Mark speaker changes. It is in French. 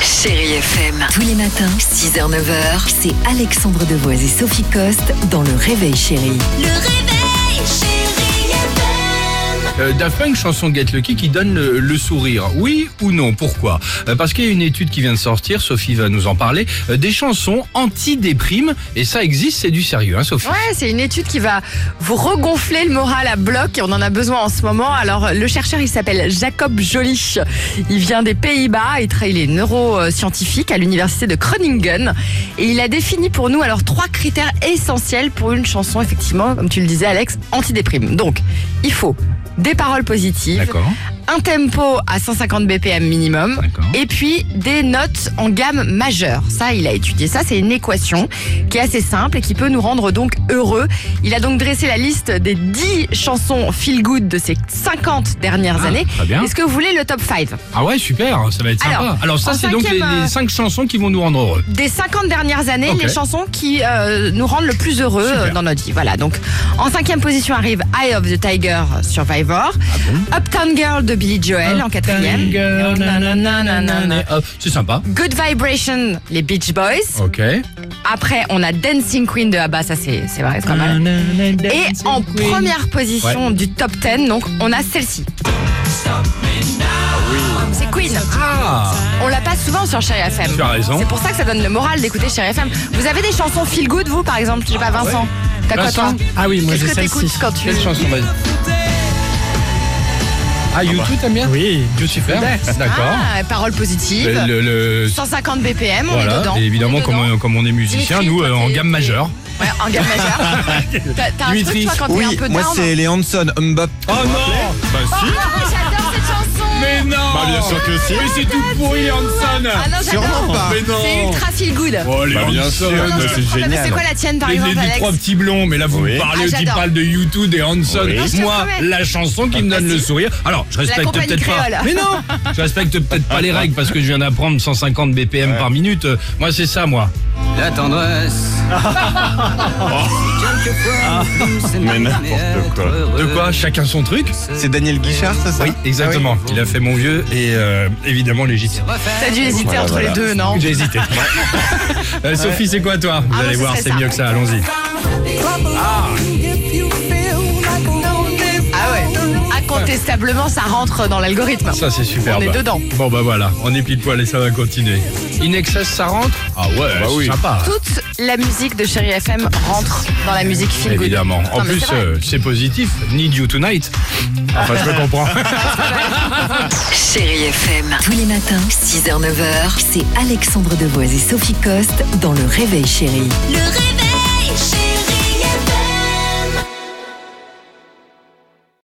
Speaker 1: Chérie FM. Tous les matins, 6h, 9h, c'est Alexandre Devoise et Sophie Coste dans Le Réveil, chérie.
Speaker 2: Euh, Daft Punk, chanson Get Lucky qui donne le, le sourire. Oui ou non Pourquoi Euh, Parce qu'il y a une étude qui vient de sortir, Sophie va nous en parler, euh, des chansons anti-déprime. Et ça existe, c'est du sérieux, hein Sophie
Speaker 3: Ouais, c'est une étude qui va vous regonfler le moral à bloc et on en a besoin en ce moment. Alors, le chercheur, il s'appelle Jacob Jolich. Il vient des Pays-Bas, il, tra- il est neuroscientifique à l'université de Groningen et il a défini pour nous alors trois critères essentiels pour une chanson, effectivement, comme tu le disais, Alex, antidéprime. Donc, il faut des paroles positives,
Speaker 2: D'accord,
Speaker 3: un tempo à 150 BPM minimum.
Speaker 2: d'accord.
Speaker 3: Et puis des notes en gamme majeure. Ça, il a étudié ça. C'est une équation qui est assez simple et qui peut nous rendre donc heureux. Il a donc dressé la liste des 10 chansons feel good de ces 50 dernières
Speaker 2: Ah,
Speaker 3: années.
Speaker 2: très bien.
Speaker 3: Est-ce que vous voulez le top 5
Speaker 2: Ah ouais, super, ça va être sympa.
Speaker 3: Alors,
Speaker 2: Alors, ça,
Speaker 3: en
Speaker 2: c'est donc les,
Speaker 3: cinquième, euh,
Speaker 2: les cinq chansons qui vont nous rendre heureux.
Speaker 3: Des 50 dernières années,
Speaker 2: Ok.
Speaker 3: les chansons qui euh, nous rendent le plus heureux
Speaker 2: Super.
Speaker 3: euh, dans notre vie. Voilà, donc en cinquième position arrive Eye of the Tiger euh, Survivor, Uptown Girl de Billy Joel en quatrième,
Speaker 2: Ah Girl, nanana, nanana. Oh, C'est sympa.
Speaker 3: Good Vibration, les Beach Boys,
Speaker 2: Ok.
Speaker 3: Après, on a Dancing Queen de Abba, ça c'est c'est vrai, c'est pas mal.
Speaker 2: Euh,
Speaker 3: Et en première position du top 10, donc on a celle-ci. C'est Queen.
Speaker 2: Ah,
Speaker 3: On la passe souvent sur Chéri FM.
Speaker 2: Tu as raison.
Speaker 3: C'est pour ça que ça donne le moral d'écouter Chéri FM. Vous avez des chansons feel good, vous, par exemple Je sais pas, Vincent. T'as quoi, toi
Speaker 2: Vincent
Speaker 4: Ah oui, moi
Speaker 3: Qu'est-ce
Speaker 4: j'ai
Speaker 3: que t'écoutes
Speaker 4: celle-ci.
Speaker 3: quand tu.
Speaker 2: quelle chanson vas-y Ah, YouTube, t'aimes bien
Speaker 4: Oui.
Speaker 2: YouTube, super. D'accord.
Speaker 3: Ah, paroles positives.
Speaker 2: Le- le- le-
Speaker 3: 150 BPM, on est
Speaker 2: Voilà,
Speaker 3: dedans.
Speaker 2: et évidemment,
Speaker 3: on est
Speaker 2: comme,
Speaker 3: dedans.
Speaker 2: on- comme on est musicien,
Speaker 3: Dimitri,
Speaker 2: nous, euh,
Speaker 3: toi,
Speaker 2: en
Speaker 3: t'es-
Speaker 2: gamme
Speaker 3: t'es-
Speaker 2: majeure.
Speaker 3: Ouais, en gamme majeure. T'as- T'as un truc,
Speaker 2: Dimitri.
Speaker 3: toi, quand t'es un
Speaker 5: Oui,
Speaker 3: peu
Speaker 5: moi
Speaker 3: down hein.
Speaker 5: c'est les Hanson, Umbop.
Speaker 2: Oh non
Speaker 6: Bah si
Speaker 3: J'adore cette chanson
Speaker 2: Mais non
Speaker 6: Bah bien sûr que si
Speaker 2: Mais c'est tout pourri, Hanson
Speaker 3: Ah non,
Speaker 5: Sûrement
Speaker 3: j'adore
Speaker 5: pas.
Speaker 6: Mais non
Speaker 3: C'est ultra feel good
Speaker 2: Oh, les
Speaker 6: Bah bien
Speaker 2: Hanson.
Speaker 6: sûr
Speaker 3: Ah, Non, non,
Speaker 6: bah,
Speaker 3: je
Speaker 6: c'est
Speaker 3: comprends pas, mais
Speaker 5: génial.
Speaker 3: C'est quoi la tienne, par
Speaker 2: Les, les-
Speaker 3: exemple,
Speaker 2: les
Speaker 3: Alex
Speaker 2: trois petits blonds, mais là vous
Speaker 6: Oui.
Speaker 2: me parlez,
Speaker 3: Ah,
Speaker 2: qui
Speaker 3: j'adore.
Speaker 2: parle de YouTube, des Hanson.
Speaker 6: Oui.
Speaker 3: Bien sûr,
Speaker 2: Moi,
Speaker 3: quand même.
Speaker 2: la chanson
Speaker 3: Ah,
Speaker 2: qui me donne le sourire. Alors, je respecte
Speaker 3: bah compagnie
Speaker 2: peut-être pas.
Speaker 3: créole.
Speaker 2: Mais non Je respecte peut-être pas les règles parce que je viens d'apprendre 150 BPM par minute. Euh, Moi, c'est ça, moi.
Speaker 7: La tendresse.
Speaker 6: Mais n'importe quoi
Speaker 2: De quoi Euh, Chacun son truc
Speaker 5: C'est Daniel Guichard, ça, ça
Speaker 2: Oui, exactement. Il a fait mon vieux et euh, évidemment légitime.
Speaker 3: T'as dû hésiter entre les deux, non
Speaker 2: J'ai hésité. Euh, Sophie, c'est quoi toi Vous
Speaker 3: Ah,
Speaker 2: allez
Speaker 3: moi, ce
Speaker 2: voir,
Speaker 3: serait
Speaker 2: c'est
Speaker 3: ça.
Speaker 2: mieux que ça, allons-y.
Speaker 3: Ah ouais Incontestablement, ça rentre dans l'algorithme.
Speaker 2: Ça c'est superbe.
Speaker 3: On est dedans.
Speaker 2: Bon bah voilà, on est pile poil et ça va continuer. In excess ça rentre Ah ouais, c'est
Speaker 6: oui.
Speaker 2: sympa.
Speaker 3: Toute la musique de Chéri FM rentre dans la musique feel good.
Speaker 2: Évidemment. En
Speaker 3: Non, mais
Speaker 2: plus,
Speaker 3: c'est vrai.
Speaker 2: euh, c'est positif. Need you tonight. Enfin, je me comprends.
Speaker 1: Chérie FM. Tous les matins, 6h, 9h, c'est Alexandre Devoise et Sophie Coste dans Le Réveil, chérie.
Speaker 8: Le réveil chéri